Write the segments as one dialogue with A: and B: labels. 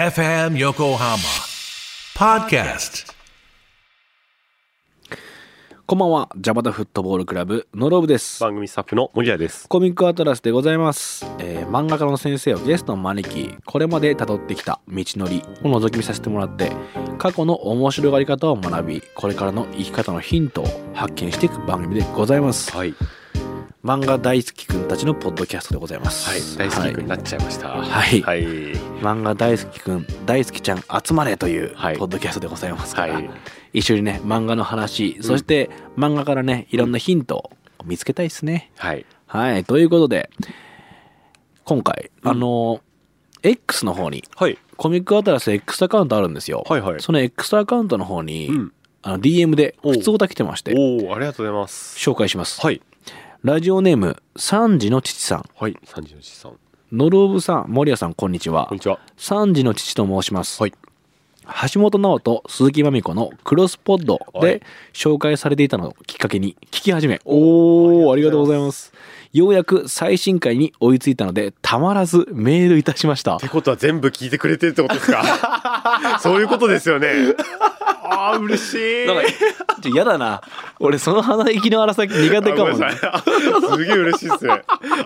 A: FM Yokohama Podcast.
B: こんばんは、ジャパタフットボールクラブのロブです。
C: 番組スタッフの森谷です。
B: コミックアトラスでございます、えー漫画家の先生をゲストに招き、これまで辿ってきた道のりを覗き見させてもらって、過去の面白がり方を学び、これからの生き方のヒントを発見していく番組でございます。
C: はい、
B: 漫画大好きくんたちのポッドキャストでございます。
C: 大好きくんになっちゃいました。
B: はい
C: はい、
B: 漫画大好きくん、大好きちゃん集まれという
C: はい
B: ポッドキャストでございますから、
C: はい
B: 一緒にね、漫画の話、そして漫画からね、いろんなヒントを見つけたいですね。
C: はい、
B: はい、ということで、今回、あの、X の方に、
C: はい、
B: コミックアトラス X アカウントあるんですよ。
C: はいはい
B: その X アカウントの方に、
C: うん
B: あの DM で、
C: おう
B: 普通歌来てまして、
C: おお、ありがとうございます。
B: 紹介します。
C: はい、
B: ラジオネーム、三時の父さん、
C: はい、三時の資産。
B: ノルオブさん、森谷さん、こんにちは
C: こんに。ちは。
B: 三時の父と申します。
C: はい
B: 橋本直人、鈴木まみ子のクロスポッド
C: は
B: で
C: い
B: 紹介されていたのをきっかけに聞き始め、
C: お
B: おーありがとうございま。す。ようやく最新回に追いついたので、たまらずメールいたしました
C: っ。てことは全部聞いてくれてるってことですか。 そういうことですよね。ああ、嬉し い。
B: なんか、ちょ、やだな。俺、その鼻息の荒さ苦手か
C: あごめ
B: も
C: んな。さい。すげえ嬉しいですね。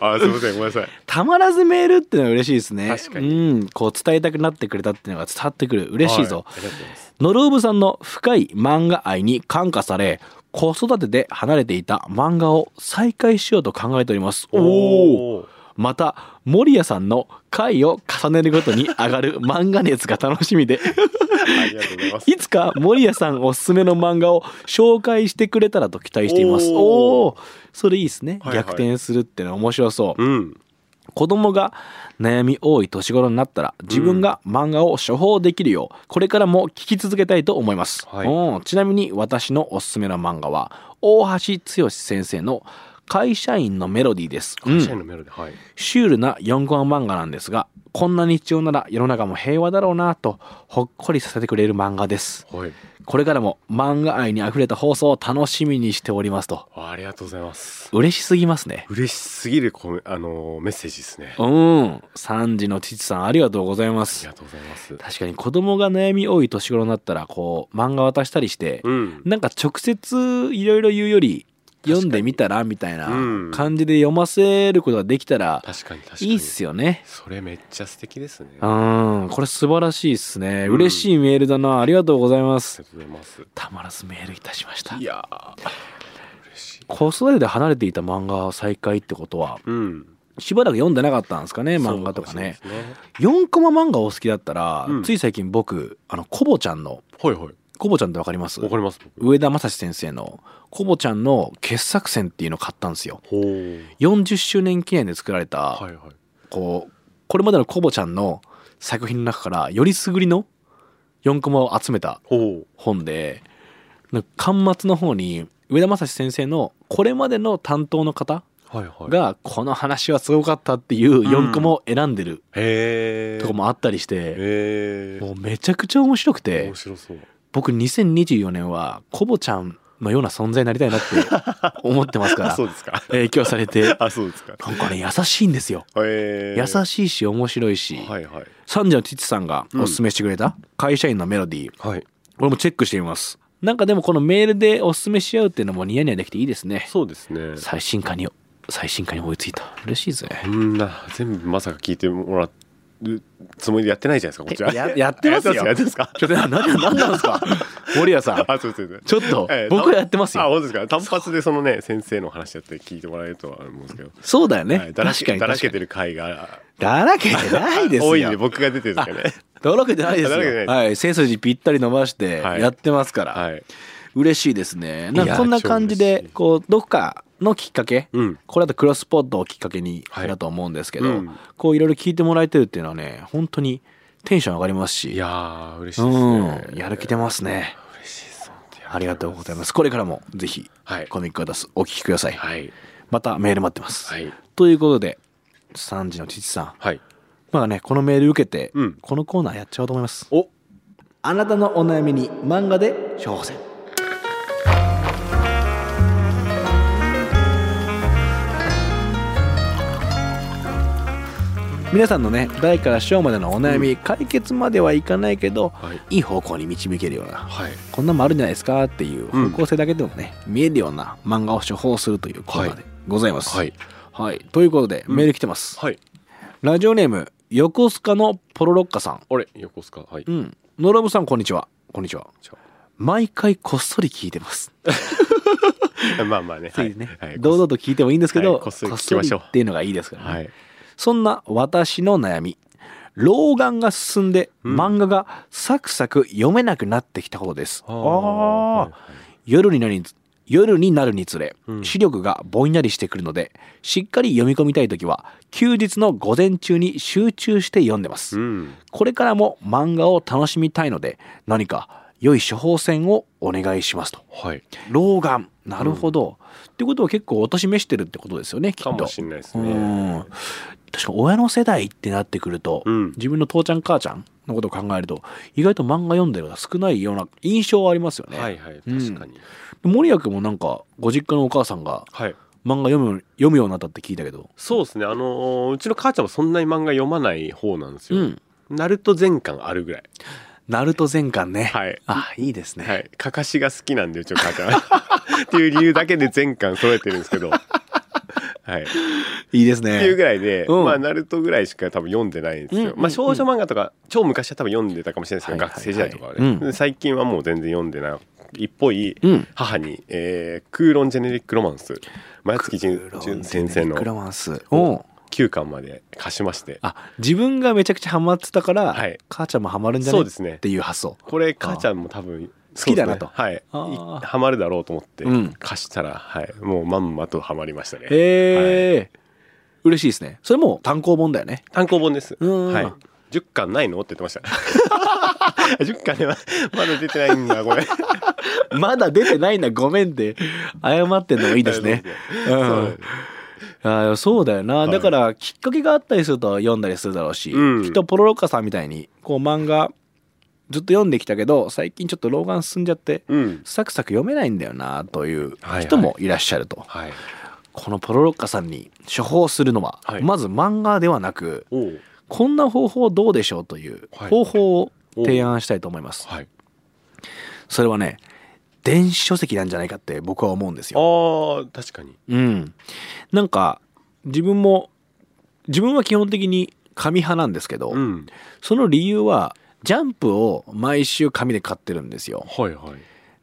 C: あー、すみません、ごめんなさい。
B: たまらずメールってのは嬉しいですね。
C: 確かに
B: うん、こう伝えたくなってくれたっていうのが伝わってくる。嬉しいぞ。
C: はありがとうございます。
B: ノルウブさんの深い漫画愛に感化され、子育てで離れていた漫画を再開しようと考えております。おー
C: おお。
B: また守屋さんの回を重ねるごとに上がる漫画熱が楽しみ で
C: ありがとうございます。
B: いつか守屋さんおすすめの漫画を紹介してくれたらと期待していますお
C: おー
B: おーそれいいですね、
C: はいはい
B: 逆転するってのは面白そう、
C: うん。
B: 子供が悩み多い年頃になったら自分が漫画を処方できるようこれからも聞き続けたいと思います、
C: はい
B: うんちなみに私のおすすめの漫画は大橋剛先生の会社員のメロディーです、うん
C: 会社員のメロディーはい。
B: シュールな4コマ漫画なんですが、こんな日常なら世の中も平和だろうなと、ほっこりさせてくれる漫画です。
C: はい。
B: これからも漫画愛に溢れた放送を楽しみにしておりますと。
C: あーありがとうございます。
B: 嬉しすぎますね。
C: 嬉しすぎるコメあのーメッセージですね。あ
B: うん。三時の父さんありがとうございま
C: り
B: す
C: が。とうございます。
B: 確かに子供が悩み多い年頃になったら、こう、漫画渡したりして、
C: うん。
B: なんか直接いろいろ言うより、読んでみたらみたいな
C: うん
B: 感じで読ませることができたら、
C: 確かに確かに。
B: いいっすよね。
C: それめっちゃ素敵ですね。あり
B: うん、これ素晴らしいですね。
C: うん
B: 嬉しいメールだな。ありがとうございま
C: が
B: す。
C: とうございます。
B: たまらずメールいたしました
C: い。やー、嬉しい。
B: 子育てで離れていた漫画再開ってことは、
C: うん。
B: しばらく読んでなかったんですかね、漫画とかね。
C: そうもしれないですね
B: 4コマ漫画お好きだったら、
C: うん
B: つい最近僕、あの、コボちゃんの、
C: はいはい。
B: コボちゃんってわかります
C: わかります。僕
B: 上田正史先生のコボちゃんの傑作選っていうのを買ったんですよ。
C: ほう。
B: 40周年記念で作られた、
C: はいはい。
B: こう、これまでのコボちゃんの作品の中から、よりすぐりの4コマを集めた
C: ほう。
B: 本でなんか巻末の方に上田正史先生のこれまでの担当の方
C: はいはい。
B: がこの話はすごかったっていう4コマを選んでる
C: へえ。
B: とこもあったりして
C: へ
B: もうめちゃくちゃ面白く
C: え。
B: て
C: 面白そう。
B: 僕2024年はコボちゃんのような存在になりたいなって思ってますか
C: あ、
B: ら
C: そうですか。
B: 影響されて
C: あ、そうですか。
B: なんかね優しいんですよ
C: へえ。
B: 優しいし面白いし
C: はいはい。
B: サンジャのティツさんがおすすめしてくれた会社員のメロディー
C: はい。
B: 俺もチェックしてみますなんかでもこのメールでおすすめし合うっていうのもニヤニヤできていいですね
C: そうですね。
B: 最新化に最新化に追いついた嬉しいですね
C: こんな全部まさか聞いてもらうつもりでやってないじゃないですかこっちは
B: えややってますよ
C: やってますか
B: ちょっとなななんなんです か森谷さん
C: あそうですね
B: ちょっと
C: ええ
B: 僕はやってます
C: あ
B: よ
C: 本当ですか単発でそのね先生の話やって聞いてもらえるとは思うんですけど、
B: そうだよね、
C: はいだら
B: 確か
C: け
B: に
C: だら
B: 確か
C: け
B: に
C: てる回が
B: だらけてないですよ
C: 多いんで僕が出てるんですかね
B: だらけてないですよ
C: だらけてないです
B: はい背筋ぴったり伸ばして
C: はい
B: やってますから、
C: はい
B: 嬉しいですねなん
C: い
B: か
C: や
B: こんな感じ
C: 超嬉
B: で
C: しい
B: こうどこかのきっかけ、
C: うん
B: これだとクロスポットをきっかけに
C: はい
B: だと思うんですけど、
C: うん
B: こういろいろ聞いてもらえてるっていうのはね本当にテンション上がりますし
C: いやー嬉しいですね、
B: うん、やる気出ますね。
C: 嬉しいです本当に
B: ありがとうございます。これからもぜひ
C: はい
B: コミックを出すお聞きください。
C: はい
B: またメール待ってます。
C: はい
B: ということで、3時の父さん。
C: はい
B: まあね、このメール受けて、
C: うん
B: このコーナーやっちゃおうと思います。
C: お
B: あなたのお悩みに漫画で処方箋。皆さんのね大から小までのお悩み、解決まではいかないけど
C: はい
B: いい方向に導けるような
C: はい
B: こんなんもあるんじゃないですかっていう方向性だけでもね、見えるような漫画を処方するというコーナーでございます。
C: はい
B: はいということでメール来てます。
C: はい
B: ラジオネーム横須賀のポロロッカさん。
C: あれ横須賀はい
B: うん。ノラブさんこんにちは。こんにちは。
C: じゃ
B: 毎回こっそり聞いてます。
C: あまあまあね
B: つ
C: はい
B: いね、
C: はい
B: 堂々と聞いてもいいんですけど、
C: はいこっそり聞きましょう
B: こっそりっていうのがいいですから、ね
C: はい
B: そんな私の悩み老眼が進んで、
C: うん
B: 漫画がサクサク読めなくなってきたことです
C: あーはいは
B: 夜になり夜になるにつれ、
C: うん
B: 視力がぼんやりしてくるのでしっかり読み込みたい時は休日の午前中に集中して読んでます、
C: うん
B: これからも漫画を楽しみたいので何か良い処方箋をお願いしますと
C: はい
B: 老眼なるほど、ってことは結構お年召してるってことですよねきっと
C: かもしれないです
B: う
C: ね
B: ん確か親の世代ってなってくると、
C: うん
B: 自分の父ちゃん母ちゃんのことを考えると意外と漫画読んでるのが少ないような印象はありますよね、
C: はいはい
B: うん
C: 確かに
B: 森谷君もなんかご実家のお母さんが
C: はい
B: 漫画読む読むようになったって聞いたけど
C: そうですねあのーうちの母ちゃんもそんなに漫画読まない方なんです
B: う
C: よ
B: ん
C: ナルト全巻あるぐらい
B: 「ナルト全巻ね」
C: はい
B: あいいですね、
C: はい、かかしが好きなんでうちの母ちゃん っていう理由だけで全巻揃えてるんですけど、はい、っ
B: い、いです
C: ていう
B: ね
C: ぐらいで、
B: うん
C: まあナルトぐらいしか多分読んでないんですよ、
B: うんうんうん
C: まあ少女漫画とか超昔は多分読んでたかもしれないですけど、
B: はいはいはい
C: 学生時代とかはね、
B: うん
C: で最近はもう全然読んでないっぽい
B: うん
C: 母に、えークーロンジェネリック・ロマンス」前月純純先生
B: クロ
C: の
B: マンスうん
C: 9巻まで貸しまして
B: あ自分がめちゃくちゃハマってたから、
C: はい
B: 母ちゃんもハマるんじゃな
C: そ
B: いう
C: ですね
B: っていう発想
C: これ母ちゃんも多分好
B: きだなと
C: はい
B: あ
C: い
B: ー
C: ハマるだろうと思って
B: うん
C: 貸したら、はい、もうまんまとハマりましたね
B: へえ、嬉しいですねそれも単行本だよね
C: 単行本です。
B: うん
C: はい。10巻ないのって言ってました。10巻 ではまだ出てないんだ、これ。
B: まだ出てないんだごめんって謝ってんのもいいですね。う、
C: そうん
B: あーそうだよな、
C: い
B: だからきっかけがあったりすると読んだりするだろうし、
C: うん
B: きっとポロロッカさんみたいにこう漫画ずっと読んできたけど最近ちょっと老眼進んじゃって
C: うん。
B: サクサク読めないんだよなという
C: はいはい
B: 人もいらっしゃると、
C: はい。
B: このポロロッカさんに処方するのは、
C: はい
B: まず漫画ではなく
C: おう
B: こんな方法どうでしょうという
C: はい
B: 方法を提案したいと思います。
C: はい。
B: それはね電子書籍なんじゃないかって僕は思うんですよ。
C: ああ、確かに。
B: うん、なんか自分も自分は基本的に紙派なんですけど、
C: うん。
B: その理由はジャンプを毎週紙で買ってるんですよ。
C: はいはい。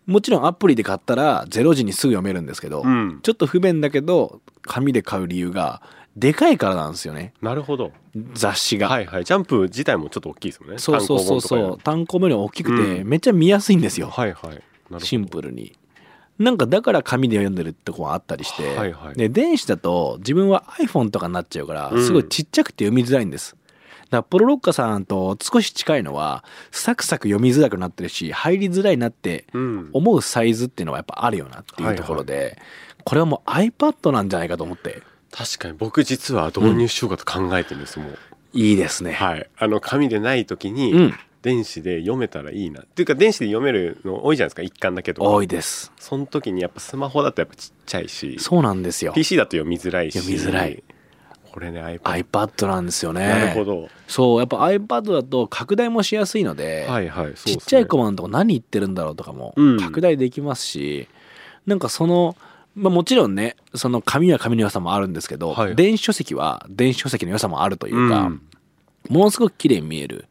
B: もちろんアプリで買ったら0時にすぐ読めるんですけど、
C: うん。
B: ちょっと不便だけど紙で買う理由がでかいからなんですよね
C: なるほど。
B: 雑誌が。
C: はいはい。ジャンプ自体もちょっと大きいですもんね。
B: そうそうそう
C: 単行
B: そう
C: 本とか
B: 単行本より大きくて、
C: う
B: めっちゃ見やすいんですよ、
C: よりはいはい。なるほど
B: シンプルに。なんかだから紙で読んでるってとこがあったりして、
C: はいはい
B: で電子だと自分は iPhone とかになっちゃうから
C: うん
B: すごいちっちゃくて読みづらいんです。だからポロロッカさんと少し近いのはサクサク読みづらくなってるし入りづらいなって
C: うん。
B: 思うサイズっていうのはやっぱあるよなっていうところで、これはもう iPad なんじゃないかと思って
C: 確かに僕実は導入しようかと考えてるんです、もう。
B: いいですね。
C: はい。あの、紙でない時
B: う
C: に
B: ん、
C: 電子で読めたらいいな。っていうか、電子で読めるの多いじゃないですか、一巻だけとか。
B: 多いです。
C: その時にやっぱスマホだとやっぱちっちゃいし
B: そうなんですよ。
C: PC だと読みづらいし
B: 読みづらい
C: これね iPad、
B: iPad なんですよね。
C: なるほど
B: そうやっぱ iPad だと拡大もしやすいので、
C: はいはいそうですね
B: ちっちゃいコマのとこ何言ってるんだろうとかも
C: うん
B: 拡大できますし、なんかその、まあ、もちろんねその紙は紙の良さもあるんですけど、
C: はい
B: 電子書籍は電子書籍の良さもあるといううんか、ものすごく綺麗に見える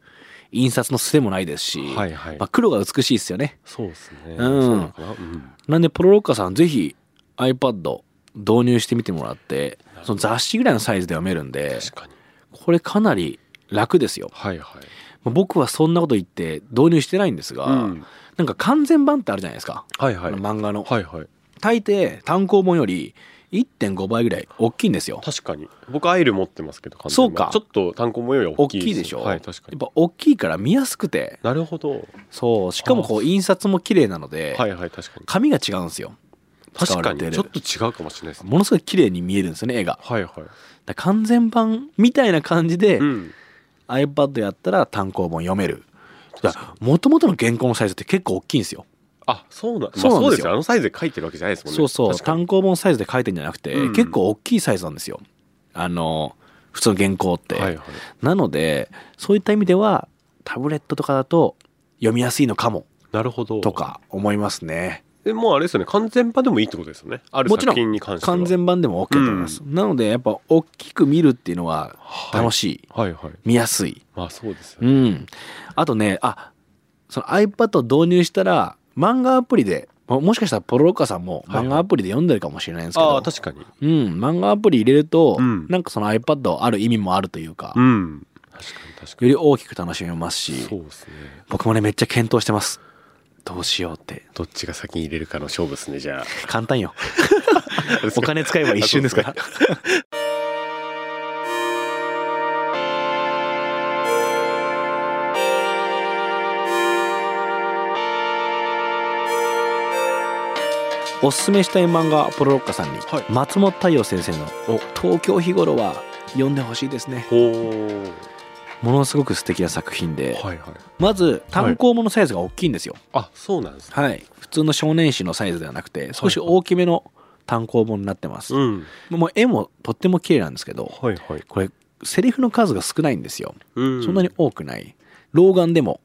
B: 印刷の素でもないですし、
C: はいはい
B: まあ、黒が美しいですよね。
C: そうですね
B: うん
C: そうなのかなうん
B: なんでプロロッカさんぜひ iPad 導入してみてもらってその雑誌ぐらいのサイズで読めるんで
C: 確かに
B: これかなり楽ですよ。
C: はいはい
B: まあ僕はそんなこと言って導入してないんですが、
C: うん
B: なんか完全版ってあるじゃないですか、
C: はいは
B: あ
C: い
B: の漫画の、
C: はいはい
B: 大抵単行本より1.5倍ぐらい大きいんですよ
C: 確かに僕アイル持ってますけど完全
B: そうか
C: ちょっと単行本よりは
B: 大
C: 大きい
B: きいでしょ、
C: はい確かに
B: やっぱ大きいから見やすくて
C: なるほど
B: そうしかもこう印刷も綺麗なので、
C: はいはい確かに
B: 紙が違うんですよ使
C: 確
B: わ
C: か
B: れて
C: に
B: る
C: ちょっと違うかもしれないですね
B: ものすごい綺麗に見えるんですよね絵がだか
C: はいはい
B: ら完全版みたいな感じで、
C: うん
B: iPad やったら単行本読めるもともとの原稿のサイズって結構大きいんですよ
C: あそうなんまあ
B: そうなんですよ
C: そうですよあのサイズで書いてるわけじゃないですもんね
B: そうそう
C: 確かに
B: 単行本サイズで書いてんじゃなくて、
C: うん
B: 結構大きいサイズなんですよあの普通の原稿って、
C: はいはい
B: なのでそういった意味ではタブレットとかだと読みやすいのかも
C: なるほど
B: とか思いますね
C: えもうあれですよね完全版でもいいってことですよねある
B: もちろ
C: 作
B: ん
C: 品に関しては
B: 完全版でも OK と思います、なのでやっぱ大きく見るっていうのは楽しい、
C: はいはい
B: 見やすい
C: まあそうですよ
B: う
C: ね
B: んあとねあその iPad を導入したら漫画アプリでももしかしたらポロロッカさんも
C: はいはい
B: 漫画アプリで読んでるかもしれないんですけど、
C: ああ確かに
B: うん、漫画アプリ入れると、
C: うん
B: なんかその iPad ある意味もあるというか、
C: うん確かに確か
B: よ
C: に
B: り大きく楽しめますし
C: そうですね
B: 僕もねめっちゃ検討してますどうしようって
C: どっちが先に入れるかの勝負ですねじゃあ
B: 簡単 よ お金使えば一瞬ですから
C: あそうっ
B: おすすめしたい漫画ポロロッカさんに、
C: はい
B: 松本太陽先生の
C: お
B: 「東京日頃」は読んでほしいですね
C: ほう
B: ものすごく素敵な作品で、
C: はいはい
B: まず単行本のサイズが大きいんですよ
C: あそうなんですね
B: はい、普通の少年誌のサイズではなくて少し大きめの単行本になってます、
C: うん
B: もう絵もとっても綺麗なんですけど、
C: はいはい
B: これセリフの数が少ないんですよ、
C: うん
B: そんなに多くない老眼でも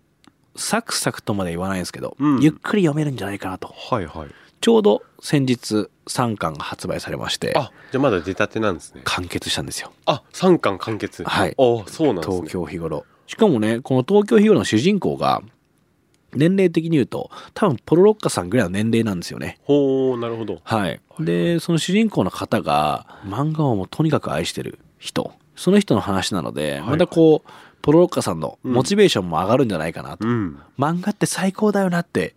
B: サクサクとまでは言わないですけど、
C: うん
B: ゆっくり読めるんじゃないかなと
C: はいはい
B: ちょうど先日3巻が発売されまして
C: あじゃあまだ出たてなんですね
B: 完結したんですよ
C: あ三巻完結
B: はい
C: あそうなんですね
B: 東京日頃しかもねこの東京日頃の主人公が年齢的に言うと多分ポロロッカさんぐらいの年齢なんですよね
C: ほうなるほど
B: はいでその主人公の方が漫画をもうとにかく愛してる人その人の話なので
C: はい
B: またこうポロロッカさんのモチベーションも上がるんじゃないかなと
C: うん
B: 漫画って最高だよなって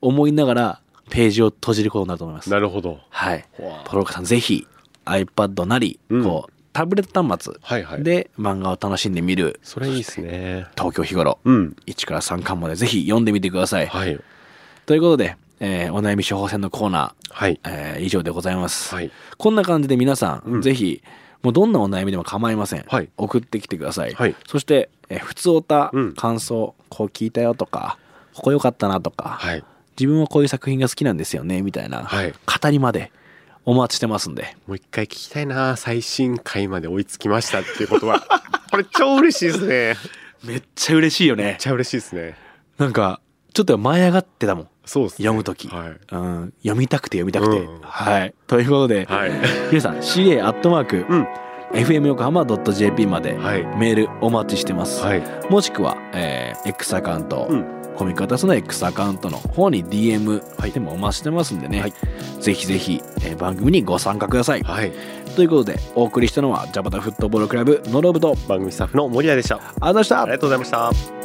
B: 思いながらページを閉じることになると思います
C: なるほど
B: はい
C: ほわ
B: ポロロッカさんぜひ iPad なり
C: うん
B: こうタブレット端末
C: はいはい
B: で漫画を楽しんでみる
C: それいいですね
B: 東京日頃
C: うん
B: 1から3巻までぜひ読んでみてください。
C: はい
B: ということで、えーお悩み処方箋のコーナ
C: はい
B: ー、えー以上でございます。
C: はい
B: こんな感じで皆さん、
C: うん
B: ぜひもうどんなお悩みでも構いません、
C: はい
B: 送ってきてください、
C: はい
B: そして、えー普通おた、
C: うん
B: 感想こう聞いたよとかここ良かったなとか、
C: はい
B: 自分はこういう作品が好きなんですよねみたいな、
C: はい
B: 語りまでお待ちしてますんで
C: もう一回聞きたいな最新回まで追いつきましたっていう言 葉これ超嬉しいですね
B: め
C: めっ
B: っちゃ嬉しいよね
C: ちゃ嬉しいですね
B: なんかちょっと舞い上がってたもん
C: そうですね
B: 読む時、
C: はい
B: うん、読みたくて読みたくて、
C: うん
B: はいということで、
C: はい
B: 皆さん CA アットマーク、
C: うん
B: FM 横浜 .jp まで
C: はい
B: メールお待ちしてます、
C: はい
B: もしくは、えー X アカウント、
C: うん
B: コミックアタスの X アカウントの方に DM でもお待ちしてますんでね、
C: はい
B: ぜひぜひ、えー番組にご参加ください、
C: はい
B: ということでお送りしたのはジャパタフットボールクラブのロブと
C: 番組スタッフの森田でした
B: あざした
C: ありがとうございました